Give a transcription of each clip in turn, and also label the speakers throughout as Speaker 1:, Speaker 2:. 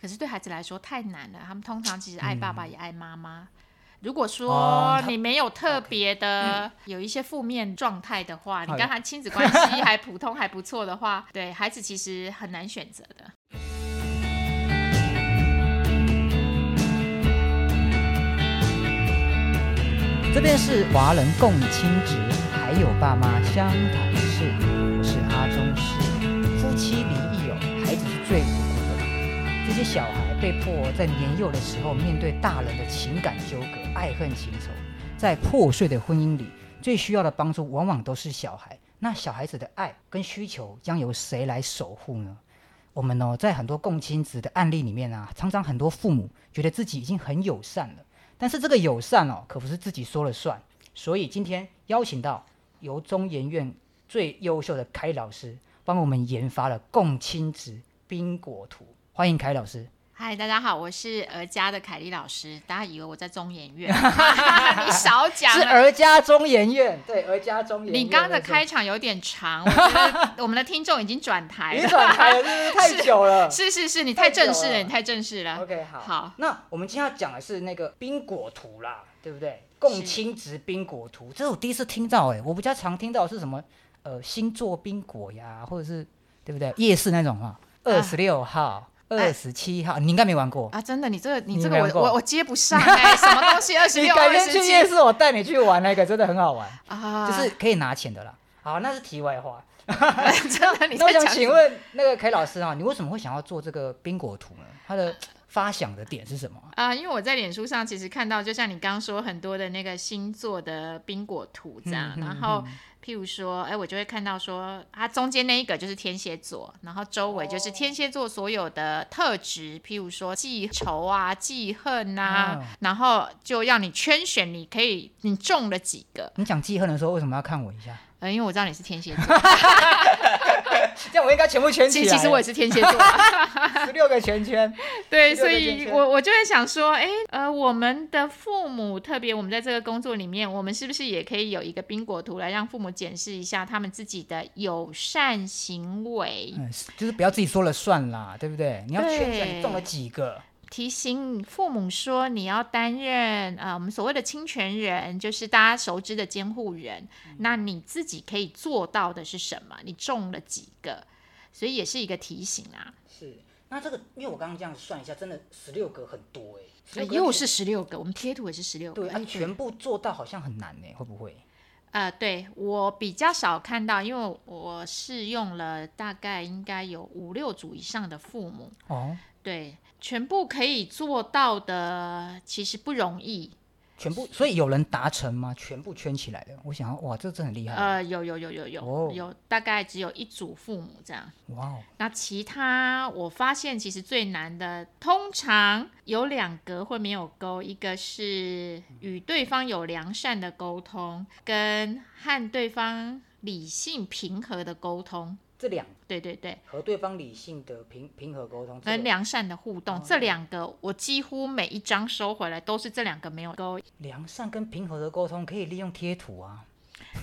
Speaker 1: 可是对孩子来说太难了，他们通常其实爱爸爸也爱妈妈。如果说
Speaker 2: 嗯哦他
Speaker 1: 你没有特别的有一些负面状态的话，
Speaker 2: 好
Speaker 1: 你跟他亲子关系还普通还不错的话， 对孩子其实很难选择的。
Speaker 2: 这边是华人共亲职，还有爸妈相谈室，我是阿中师。夫妻离异哦，孩子是最无辜的吧。这些小孩被迫在年幼的时候面对大人的情感纠葛、爱恨情仇，在破碎的婚姻里，最需要的帮助往往都是小孩。那小孩子的爱跟需求将由谁来守护呢？我们哦，在很多共亲子的案例里面啊，常常很多父母觉得自己已经很友善了。但是这个友善哦，可不是自己说了算。所以今天邀请到由中研院最优秀的凯老师，帮我们研发了共亲子冰果图。欢迎凯老师。
Speaker 1: 嗨，大家好，我是儿家的凯丽老师。大家以为我在中研院， 你少讲
Speaker 2: 是
Speaker 1: 了。
Speaker 2: 儿家中研院，对，儿家中研院。
Speaker 1: 你刚刚的 开场有点长，我觉得我们的听众已经转台
Speaker 2: 你
Speaker 1: 了。
Speaker 2: 转台了，是不是太久了？
Speaker 1: 是啊是是，你太正式
Speaker 2: 太久
Speaker 1: 了，
Speaker 2: 了
Speaker 1: 你太正式了。
Speaker 2: OK，好。
Speaker 1: 好
Speaker 2: 那我们今天要讲的是那个冰果图啦，对不对？共亲值冰果图，这是我第一次听到哎、我比较常听到的是什么呃星座冰果呀，或者是对不对夜市那种
Speaker 1: 啊
Speaker 2: 哈，二十六号、二十七号，你应该没玩过。
Speaker 1: 啊，真的，你这个你
Speaker 2: 你
Speaker 1: 这个
Speaker 2: 没
Speaker 1: 我
Speaker 2: 玩过
Speaker 1: 我我接不上哎、什么东 西二十
Speaker 2: 你
Speaker 1: 六、
Speaker 2: 改
Speaker 1: 二
Speaker 2: 天
Speaker 1: 十
Speaker 2: 去夜
Speaker 1: 七
Speaker 2: 市，我带你去玩那个，真的很好玩，
Speaker 1: 啊，
Speaker 2: 就是可以拿钱的啦。好，那是题外话。
Speaker 1: 真的你
Speaker 2: 那我
Speaker 1: 在
Speaker 2: 想
Speaker 1: 讲什
Speaker 2: 请
Speaker 1: 么？
Speaker 2: 问那个凯老师啊，你为什么会想要做这个冰果图呢？它的发想的点是什么？
Speaker 1: 啊、因为我在脸书上其实看到，就像你刚刚说很多的那个星座的冰果图这样，
Speaker 2: 嗯嗯
Speaker 1: 然后譬如说，哎，我就会看到说，它中间那一个就是天蝎座，然后周围就是天蝎座所有的特质，譬如说记仇啊、记恨啊，
Speaker 2: 哦
Speaker 1: 然后就要你圈选，你可以你中了几个？
Speaker 2: 你讲记恨的时候为什么要看我一 下？
Speaker 1: 呃，因为我知道你是天蝎座，
Speaker 2: 这样我应该全部圈
Speaker 1: 其
Speaker 2: 起
Speaker 1: 实
Speaker 2: 来。
Speaker 1: 其实我也是天蝎座啊、
Speaker 2: 十六个圈圈，
Speaker 1: 对，
Speaker 2: 16
Speaker 1: 所
Speaker 2: 个圈
Speaker 1: 以
Speaker 2: 圈
Speaker 1: 我我就会想说，哎，呃，我们的父母，特别我们在这个工作里面，我们是不是也可以有一个冰果图来让父母检视一下他们自己的友善行为，
Speaker 2: 嗯，就是不要自己说了算啦，对不对？你要圈一下
Speaker 1: 对
Speaker 2: 你中了几个，
Speaker 1: 提醒父母说你要担任呃我们所谓的侵权人，就是大家熟知的监护人。
Speaker 2: 嗯
Speaker 1: 那你自己可以做到的是什么？你中了几个？所以也是一个提醒啊，
Speaker 2: 是。那这个，因为我刚刚这样算一下，真的十六个很多哎、
Speaker 1: 呃又是十六个，我们贴图也是十六个，
Speaker 2: 对，
Speaker 1: 哎
Speaker 2: 啊，全部做到好像很难呢、会不会？
Speaker 1: 呃，对我比较少看到，因为我试用了大概应该有五六组以上的父母，
Speaker 2: 哦，
Speaker 1: 对，全部可以做到的其实不容易。
Speaker 2: 全部，所以有人达成吗？全部圈起来的，我想要，哇，这真的很厉害，
Speaker 1: 呃，有有有有有、
Speaker 2: 嗯哦
Speaker 1: 有，大概只有一组父母这样。
Speaker 2: 哇哦，
Speaker 1: 那其他我发现其实最难的，通常有两格会没有勾，一个是与对方有良善的沟通，跟和对方理性平和的沟通。
Speaker 2: 这两
Speaker 1: 对对对，
Speaker 2: 和对方理性的平平和沟通，哦这
Speaker 1: 跟
Speaker 2: 个
Speaker 1: 良善的互动，
Speaker 2: 哦
Speaker 1: 这两个我几乎每一张收回来都是这两个没有勾
Speaker 2: 良善跟平和的沟通可以利用贴图啊。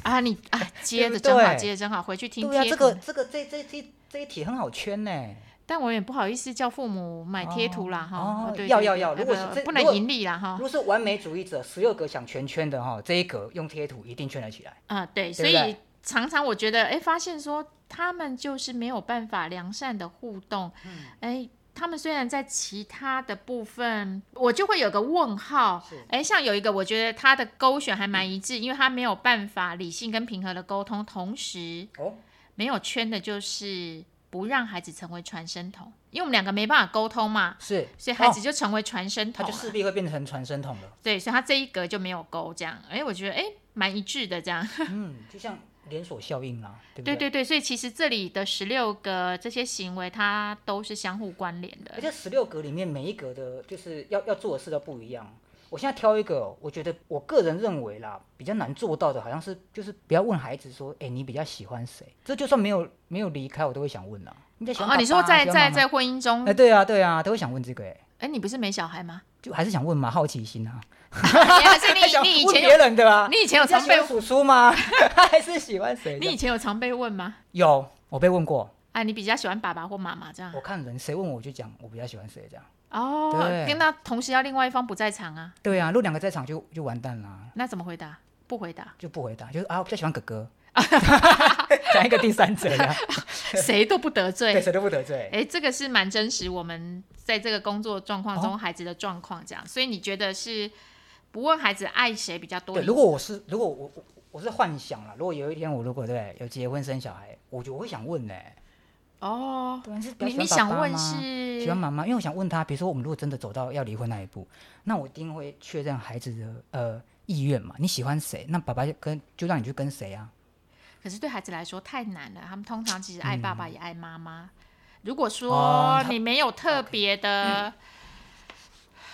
Speaker 1: 啊！你 啊，接的
Speaker 2: 对
Speaker 1: 真
Speaker 2: 不
Speaker 1: 好，
Speaker 2: 对
Speaker 1: 接的真好，回去听
Speaker 2: 对啊，
Speaker 1: 贴
Speaker 2: 这
Speaker 1: 图
Speaker 2: 个。这个这这这这一题很好圈欸呢、
Speaker 1: 但我也不好意思叫父母买贴图啦，
Speaker 2: 哦
Speaker 1: 哈。对
Speaker 2: 要
Speaker 1: 对
Speaker 2: 要
Speaker 1: 对
Speaker 2: 要如果是
Speaker 1: 呃
Speaker 2: 这
Speaker 1: 不
Speaker 2: 如果
Speaker 1: 能盈利啦，哈
Speaker 2: 如。果是完美主义者，十六格想圈圈的哈，这一格用贴图一定圈得起来。
Speaker 1: 啊，对，所
Speaker 2: 对不对
Speaker 1: 以常常我觉得，哎，发现说他们就是没有办法良善的互动，
Speaker 2: 嗯
Speaker 1: 哎。他们虽然在其他的部分，我就会有个问号
Speaker 2: 是。
Speaker 1: 哎，像有一个，我觉得他的勾选还蛮一致，因为他没有办法理性跟平和的沟通，同时
Speaker 2: 哦，
Speaker 1: 没有圈的就是不让孩子成为传声筒，因为我们两个没办法沟通嘛，
Speaker 2: 是，
Speaker 1: 所以孩子
Speaker 2: 哦、
Speaker 1: 就成为传声
Speaker 2: 他
Speaker 1: 筒
Speaker 2: 就
Speaker 1: 了。
Speaker 2: 势必会变成传声筒了。
Speaker 1: 对，所以他这一格就没有勾，这样。哎，我觉得哎蛮一致的这样。
Speaker 2: 嗯，就像连锁效应啦，对不
Speaker 1: 对
Speaker 2: 对？
Speaker 1: 对对，所以其实这里的十六个这些行为，它都是相互关联
Speaker 2: 而
Speaker 1: 的。
Speaker 2: 且十六格里面每一格的，就是要要做的事都不一样。我现在挑一个哦，我觉得我个人认为啦，比较难做到的，好像是就是不要问孩子说，哎、你比较喜欢谁？这就算没有没有离开，我都会想问啦。你比较喜欢
Speaker 1: 哦，你说
Speaker 2: 爸爸啊
Speaker 1: 在
Speaker 2: 喜欢
Speaker 1: 在
Speaker 2: 妈妈
Speaker 1: 在嗯婚姻中
Speaker 2: 哎、，对啊对啊，都会想问这个哎、
Speaker 1: 哎，你不是没小孩 吗？
Speaker 2: 就还是想问嘛，好奇心啊，
Speaker 1: 哎还是你
Speaker 2: 还想
Speaker 1: 你以
Speaker 2: 问
Speaker 1: 前
Speaker 2: 别
Speaker 1: 有
Speaker 2: 人的啊，
Speaker 1: 你以前有
Speaker 2: 他
Speaker 1: 常
Speaker 2: 喜
Speaker 1: 被
Speaker 2: 欢叔叔吗？还是喜欢谁？
Speaker 1: 你以前有常被问吗？
Speaker 2: 有，我被问过。
Speaker 1: 啊，啊，你比较喜欢爸爸或妈妈这样啊
Speaker 2: 我？看人谁问我，我就讲我比较喜欢谁这样。
Speaker 1: 哦，
Speaker 2: 对
Speaker 1: 跟那同时要另外一方不在场啊，
Speaker 2: 对啊，如果两个在场就就完蛋啦、
Speaker 1: 那怎么回答？不回 答，
Speaker 2: 就不回答，就是啊，我比较喜欢 哥哥，讲一个第三者呀，
Speaker 1: 谁都不得罪
Speaker 2: 对，。谁都不得罪。
Speaker 1: 哎，这个是蛮真实，我们在这个工作状
Speaker 2: 哦
Speaker 1: 况中、孩子的状况这样，所以你觉得是不问孩子爱谁比较多
Speaker 2: 对，？如果我是如果我我我是幻想啦，如果有一天我如果对有结婚生小孩，我就会想问呢、
Speaker 1: 哦，
Speaker 2: 对啊，你是比较
Speaker 1: 你
Speaker 2: 喜
Speaker 1: 你
Speaker 2: 欢
Speaker 1: 想
Speaker 2: 爸爸
Speaker 1: 问
Speaker 2: 吗
Speaker 1: 是
Speaker 2: 喜欢妈妈，因为我想问他，比如说我们如果真的走到要离婚那一步，那我一定会确认孩子的呃意愿嘛，你喜欢谁，那爸爸就跟就让你去跟谁啊，
Speaker 1: 可是对孩子来说太难了，他们通常其实爱爸爸也爱妈妈。如果
Speaker 2: 哦
Speaker 1: 说
Speaker 2: 他嗯
Speaker 1: 你没有特别的，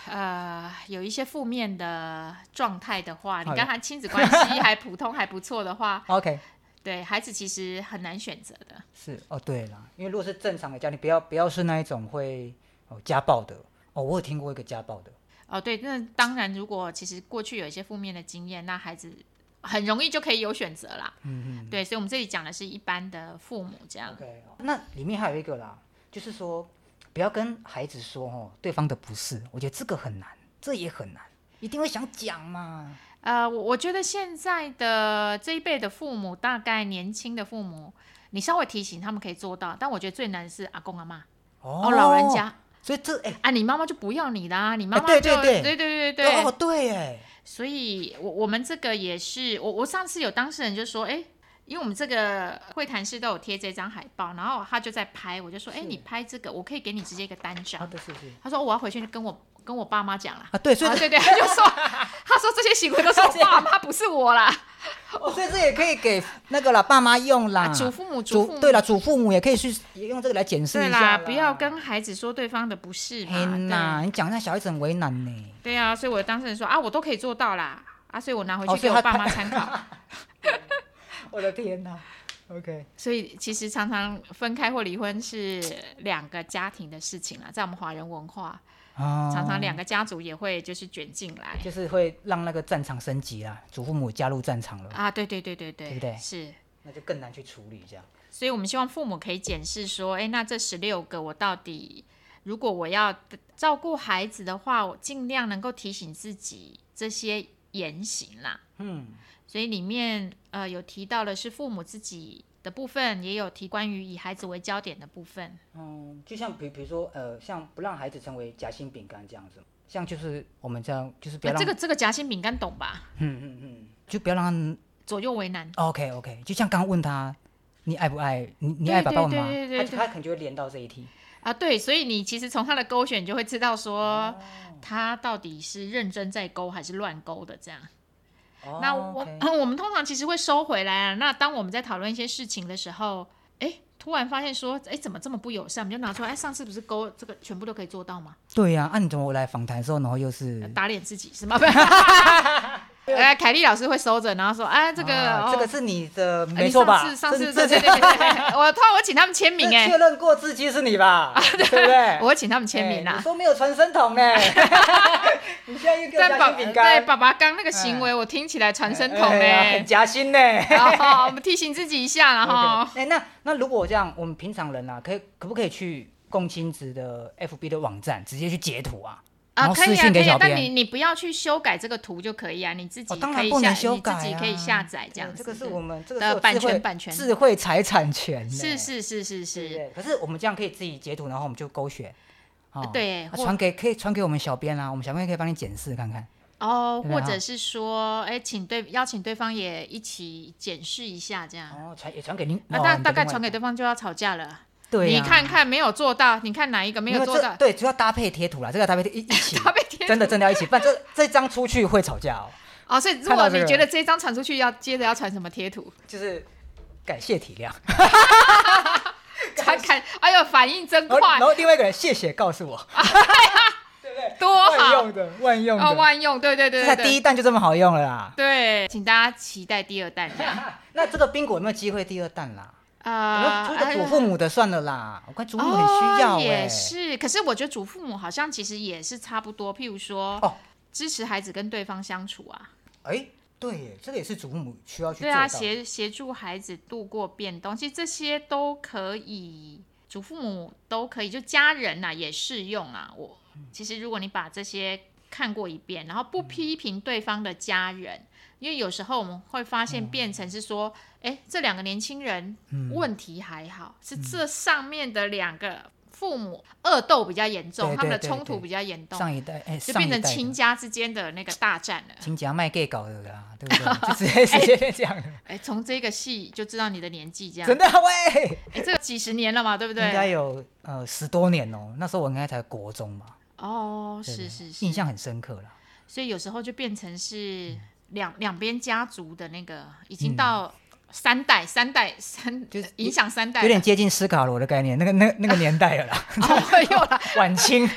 Speaker 1: 呃，有一些负面的状态的话，你
Speaker 2: 好的
Speaker 1: 跟他亲子关系还普通还不错的话，
Speaker 2: ，OK，
Speaker 1: 对孩子其实很难选择的。
Speaker 2: 是哦，对啦，因为如果是正常的家庭，不要不要是那一种会哦家暴的哦，我有听过一个家暴的，
Speaker 1: 哦，对，那当然，如果其实过去有一些负面的经验，那孩子很容易就可以有选择啦。
Speaker 2: 嗯嗯。
Speaker 1: 对，所以我们这里讲的是一般的父母这样。
Speaker 2: OK，那里面还有一个啦，就是说不要跟孩子说哦对方的不是，我觉得这个很难，这也很难，一定会想讲嘛。
Speaker 1: 呃，我我觉得现在的这一辈的父母，大概年轻的父母，你稍微提醒他们可以做到，但我觉得最难是阿公阿妈
Speaker 2: 哦
Speaker 1: 哦，老人，家
Speaker 2: 所以这哎、
Speaker 1: 啊，你妈妈就不要你啦，你妈
Speaker 2: 哎
Speaker 1: 妈
Speaker 2: 对
Speaker 1: 就、
Speaker 2: 对对
Speaker 1: 对对对
Speaker 2: 哦对哎，
Speaker 1: 所以我我们这个也是，我我上次有当事人就说，哎、因为我们这个会谈室都有贴这张海报，然后他就在拍，我就说，哎、
Speaker 2: 是
Speaker 1: 你拍这个，我可以给你直接一个单
Speaker 2: 啊
Speaker 1: 张。
Speaker 2: 对是是
Speaker 1: 他说我要回去跟我跟我爸妈讲啦。
Speaker 2: 啊对，所以
Speaker 1: 啊，
Speaker 2: 这、
Speaker 1: 对对，他就说， 他说这些行为都是我爸妈，不是我啦。
Speaker 2: 哦 所以这也可以给那个啦爸妈用啦，
Speaker 1: 啊祖父母、祖父
Speaker 2: 祖
Speaker 1: 母，
Speaker 2: 对了，祖父母也可以去也用这个来检视
Speaker 1: 对
Speaker 2: 一下
Speaker 1: 啦，不要跟孩子说对方的不是
Speaker 2: 天
Speaker 1: 嘛。
Speaker 2: 呐，你讲那小孩子很为难呢。
Speaker 1: 对对啊，所以我当事人说啊，我都可以做到啦，啊，所以我拿回
Speaker 2: 哦
Speaker 1: 去
Speaker 2: 所以
Speaker 1: 给
Speaker 2: 他
Speaker 1: 我爸妈参考。
Speaker 2: 我的天呐 o k
Speaker 1: 所以其实常常分开或离婚是两个家庭的事情啦，在我们华人文化，
Speaker 2: 啊
Speaker 1: 常常两个家族也会就是卷进来。
Speaker 2: 就是会让那个战场升级啦，祖父母加入战场了，
Speaker 1: 啊，对对对对对，
Speaker 2: 对不对
Speaker 1: 是，
Speaker 2: 那就更难去处理这样。
Speaker 1: 所以我们希望父母可以检视说，哎，那这十六个我到底，如果我要照顾孩子的话，我尽量能够提醒自己这些言行啦。
Speaker 2: 嗯，
Speaker 1: 所以里面呃有提到的是父母自己的部分，也有提关于以孩子为焦点的部分。
Speaker 2: 嗯，就像比比如说呃，像不让孩子成为夹心饼干这样子，像就是我们这样，就是不
Speaker 1: 那、
Speaker 2: 要
Speaker 1: 呃啊
Speaker 2: 让，
Speaker 1: 这个这个夹心饼干懂吧？
Speaker 2: 嗯嗯嗯，就不要让
Speaker 1: 左右为难。
Speaker 2: 他 OK OK，就像刚刚问他，你爱不爱你？你爱爸爸
Speaker 1: 对
Speaker 2: 妈妈？
Speaker 1: 对对对对
Speaker 2: 他他可能就会连到这一题。
Speaker 1: 啊，对，所以你其实从他的勾选，你就会知道
Speaker 2: 哦
Speaker 1: 说他到底是认真在勾还是乱勾的这样。
Speaker 2: 哦
Speaker 1: 那我、嗯
Speaker 2: OK
Speaker 1: 我们通常其实会收回来啊。那当我们在讨论一些事情的时候，哎，突然发现说，哎，怎么这么不友善？我们就拿出来，哎，上次不是勾这个全部都可以做到吗？
Speaker 2: 对呀、啊那、你怎么我来访谈的时候，然后又是
Speaker 1: 打脸自己是吗？ 哎，凯莉老师会收着，然后说，哎，这个、
Speaker 2: 啊
Speaker 1: 哦
Speaker 2: 这个是你的，
Speaker 1: 哎
Speaker 2: 没
Speaker 1: 你
Speaker 2: 错
Speaker 1: 上
Speaker 2: 吧？
Speaker 1: 次上次
Speaker 2: 这
Speaker 1: 对对
Speaker 2: 这
Speaker 1: 对对对，对我突然我请他们签名
Speaker 2: 这
Speaker 1: 哎、啊
Speaker 2: 确认过字迹是 你吧？对不对？
Speaker 1: 我会请他们签名啊啦、
Speaker 2: 哎你说没有传声筒呢？哎 你现在又给我
Speaker 1: 但
Speaker 2: 夹
Speaker 1: 爸
Speaker 2: 心饼
Speaker 1: 对
Speaker 2: 干，嗯
Speaker 1: 爸爸刚那个行为，我听起来传声筒
Speaker 2: 哎呀
Speaker 1: 哎
Speaker 2: 很。夹心 呢。
Speaker 1: 然后我们提醒自己一下啦，然
Speaker 2: OK，
Speaker 1: 后
Speaker 2: 哎、那那如果这样，我们平常人啊，可以可不可以去共青子的 FB 的网站直接去截图啊？然
Speaker 1: 啊，
Speaker 2: 后
Speaker 1: 可以
Speaker 2: 私
Speaker 1: 啊，
Speaker 2: 信
Speaker 1: 可
Speaker 2: 给
Speaker 1: 以啊
Speaker 2: 小，
Speaker 1: 但
Speaker 2: 编
Speaker 1: 你你不要去修改这个图就可以啊，你自己
Speaker 2: 哦当然
Speaker 1: 可以
Speaker 2: 不
Speaker 1: 下，
Speaker 2: 能
Speaker 1: 你
Speaker 2: 修改啊哎
Speaker 1: 自己可以下载这样子。
Speaker 2: 这个是我们这个
Speaker 1: 的
Speaker 2: 是有
Speaker 1: 版
Speaker 2: 智慧
Speaker 1: 权版权
Speaker 2: 智慧财产权呢
Speaker 1: 是是是是
Speaker 2: 对不
Speaker 1: 是，
Speaker 2: 对？可是我们这样可以自己截图，然后我们就勾选。哦
Speaker 1: 呃对
Speaker 2: 啊
Speaker 1: 或
Speaker 2: 传给可以传给我们小编啊，我们小编可以帮你检视看看。
Speaker 1: 哦，
Speaker 2: 对
Speaker 1: 或
Speaker 2: 啊
Speaker 1: 者是说，哎，请对邀请对方也一起检视一下这样。
Speaker 2: 哦，传也传给您。
Speaker 1: 那
Speaker 2: 哦
Speaker 1: 啊大
Speaker 2: 你的
Speaker 1: 大概
Speaker 2: 另外
Speaker 1: 传给
Speaker 2: 一
Speaker 1: 对方就要吵架了，
Speaker 2: 对、
Speaker 1: 你
Speaker 2: 啊，
Speaker 1: 看看没有做到，你看哪一个没有
Speaker 2: 这
Speaker 1: 做到，，
Speaker 2: 对，主要搭配贴图啦，这个搭配贴一一起
Speaker 1: 他被贴
Speaker 2: 真的真的要一起，不然这这张出去会吵架哦。
Speaker 1: 哦。所以如
Speaker 2: 看
Speaker 1: 果
Speaker 2: 到这
Speaker 1: 你
Speaker 2: 个
Speaker 1: 觉得这一张传出去要接着要传什么贴图，
Speaker 2: 就是感谢体谅，
Speaker 1: 传看，哎呦，反应真
Speaker 2: 然后
Speaker 1: 快
Speaker 2: 然，后另外一个人谢谢告 诉我，对不对？
Speaker 1: 多
Speaker 2: 万
Speaker 1: 好
Speaker 2: 用的，万用
Speaker 1: 哦，
Speaker 2: 的，
Speaker 1: 万用，对对对
Speaker 2: 这
Speaker 1: 对
Speaker 2: 才
Speaker 1: 对。
Speaker 2: 第一弹就这么好用了啦。啊
Speaker 1: 对，请大家期待第二弹这样。
Speaker 2: 那这个冰果有没有机会第二弹啦？
Speaker 1: 啊
Speaker 2: 我们出一个祖父母的算了啦，我看祖
Speaker 1: 祖
Speaker 2: 父母很需要
Speaker 1: 哦，也
Speaker 2: 哎。
Speaker 1: 是。可是我觉得祖父母好像其实也是差不多，譬如说，
Speaker 2: 哦
Speaker 1: 支持孩子跟对方相处啊。
Speaker 2: 哎，对耶，这个也是祖父母需要去
Speaker 1: 对
Speaker 2: 做到
Speaker 1: 啊，
Speaker 2: 的。
Speaker 1: 协协助孩子度过变动，其实这些都可以，祖父母都可以，就家人呐、也适用啊。我
Speaker 2: 嗯
Speaker 1: 其实如果你把这些看过一遍，然后不批评对方的家人，因为有时候我们会发
Speaker 2: 哦
Speaker 1: 现变成是说，哎、这两个年轻人
Speaker 2: 嗯
Speaker 1: 问题还好，是这上面的两个父母恶斗比较严重，
Speaker 2: 对
Speaker 1: 他们的
Speaker 2: 对对
Speaker 1: 冲突
Speaker 2: 对
Speaker 1: 比较严重，
Speaker 2: 上一代，哎，
Speaker 1: 就
Speaker 2: 上
Speaker 1: 变
Speaker 2: 一
Speaker 1: 成
Speaker 2: 代
Speaker 1: 亲
Speaker 2: 的
Speaker 1: 家之间的那个大战了。
Speaker 2: 亲家卖 gay 搞的啦，对 不对？就直接 直接这样了，
Speaker 1: 哎，从这个戏就知道你的年纪，这样
Speaker 2: 真的啊喂，
Speaker 1: 哎，这个几十年了嘛，对不
Speaker 2: 应该
Speaker 1: 对？
Speaker 2: 有呃十多年哦，那时候我应该才国中嘛，
Speaker 1: 哦，
Speaker 2: 对不
Speaker 1: 是
Speaker 2: 对
Speaker 1: 是是，
Speaker 2: 印象很嗯深刻啦。
Speaker 1: 所以有时候就变成是两两边家族的那个，已经到三代、三代、三，
Speaker 2: 嗯
Speaker 1: 呃
Speaker 2: 就是
Speaker 1: 影响三代了，
Speaker 2: 有点接近斯卡罗的概念，那个那个那个年代了啦，
Speaker 1: 哦， 又来
Speaker 2: 晚清，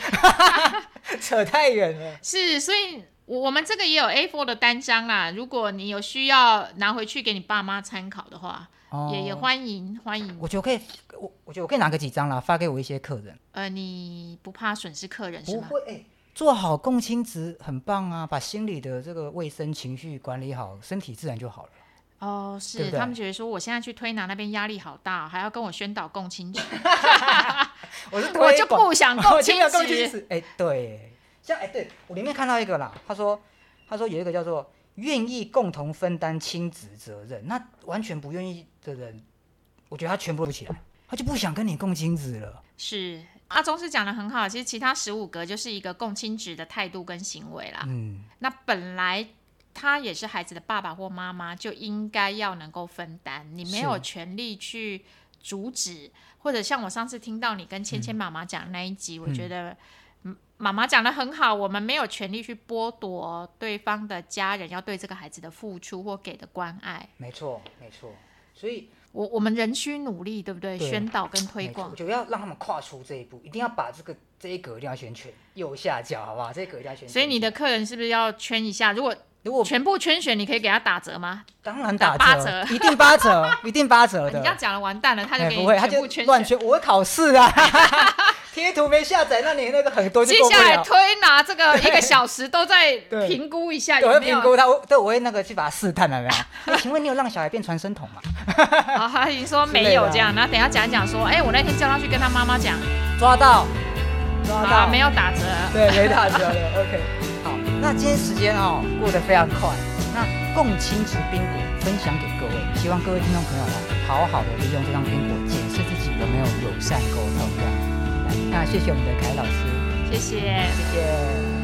Speaker 2: 扯太远了。
Speaker 1: 是，所以我我们这个也有 A4 的单张啦，如果你有需要拿回去给你爸妈参考的话，
Speaker 2: 哦
Speaker 1: 也也欢迎欢迎。
Speaker 2: 我觉得可以，我我觉得我可以拿个几张啦，发给我一些客人。
Speaker 1: 呃，你不怕损失客人是
Speaker 2: 不
Speaker 1: 吗？
Speaker 2: 会，哎、做好共青值很棒啊，把心理的这个卫生情绪管理好，身体自然就好了。
Speaker 1: 哦，是
Speaker 2: 对不对
Speaker 1: 他们觉得说我现在去推拿那边压力好大哦、还要跟我宣导共 亲职，
Speaker 2: 我是
Speaker 1: 我就不想共 亲职。
Speaker 2: 共青值。哎、对，像哎、对我里面看到一个啦，他说他说有一个叫做愿意共同分担亲职责任，那完全不愿意的人，我觉得他全部不起来，他就不想跟你共青值了。
Speaker 1: 是阿忠是讲的很好，其实其他十五格就是一个共亲职的态度跟行为啦。
Speaker 2: 嗯，
Speaker 1: 那本来他也是孩子的爸爸或妈妈，就应该要能够分担，你没有
Speaker 2: 是
Speaker 1: 权利去阻止，或者像我上次听到你跟
Speaker 2: 嗯
Speaker 1: 芊芊妈妈讲那一集，我觉得。嗯妈妈讲的很好，我们没有权利去剥夺对方的家人要对这个孩子的付出或给的关爱，
Speaker 2: 没错，没错。所以
Speaker 1: 我我们仍需努力，对不对？
Speaker 2: 对
Speaker 1: 宣导跟推
Speaker 2: 没错
Speaker 1: 广
Speaker 2: 我。觉得要让他们跨出这一步，一定要把这个这一格一定要选全右下角，好不好？这一格一定要选全。
Speaker 1: 所以你的客人是不是要圈一下？如果
Speaker 2: 如果
Speaker 1: 全部圈选，你可以给他打折吗？
Speaker 2: 当然
Speaker 1: 打
Speaker 2: 打
Speaker 1: 八
Speaker 2: 折，
Speaker 1: 折啊
Speaker 2: 一定八折， 一定八折
Speaker 1: 你这
Speaker 2: 的。
Speaker 1: 样讲了完蛋了，他就
Speaker 2: 呃哎
Speaker 1: 给你
Speaker 2: 不会，他
Speaker 1: 全
Speaker 2: 就
Speaker 1: 部圈
Speaker 2: 乱
Speaker 1: 选。
Speaker 2: 圈。我会考试 啊，贴图没下载，那你那个很多就
Speaker 1: 接
Speaker 2: 过不
Speaker 1: 下来
Speaker 2: 了。
Speaker 1: 推拿这个一个小时都在
Speaker 2: 对
Speaker 1: 评估一下
Speaker 2: 对我
Speaker 1: 有
Speaker 2: 会
Speaker 1: 没
Speaker 2: 评
Speaker 1: 有。
Speaker 2: 估他，我对我会那个去把他试探了没有？ 哎请问你有让小孩变传声筒吗？
Speaker 1: 好，他已经说没有这样，然后等一下讲一讲说，哎，我那天叫他去跟他妈妈讲，
Speaker 2: 抓到，抓
Speaker 1: 啊，
Speaker 2: 到，
Speaker 1: 没
Speaker 2: 有？
Speaker 1: 有打折。
Speaker 2: 对，没打折了。OK，好，那今天时间哦过得非常快，那共青值冰果分享给各位，希望各位听众朋友呢，哦好好的利用这张冰果，检视自己有没有友善沟通这样。来那谢谢我们的凯老师，
Speaker 1: 谢谢。
Speaker 2: 谢谢。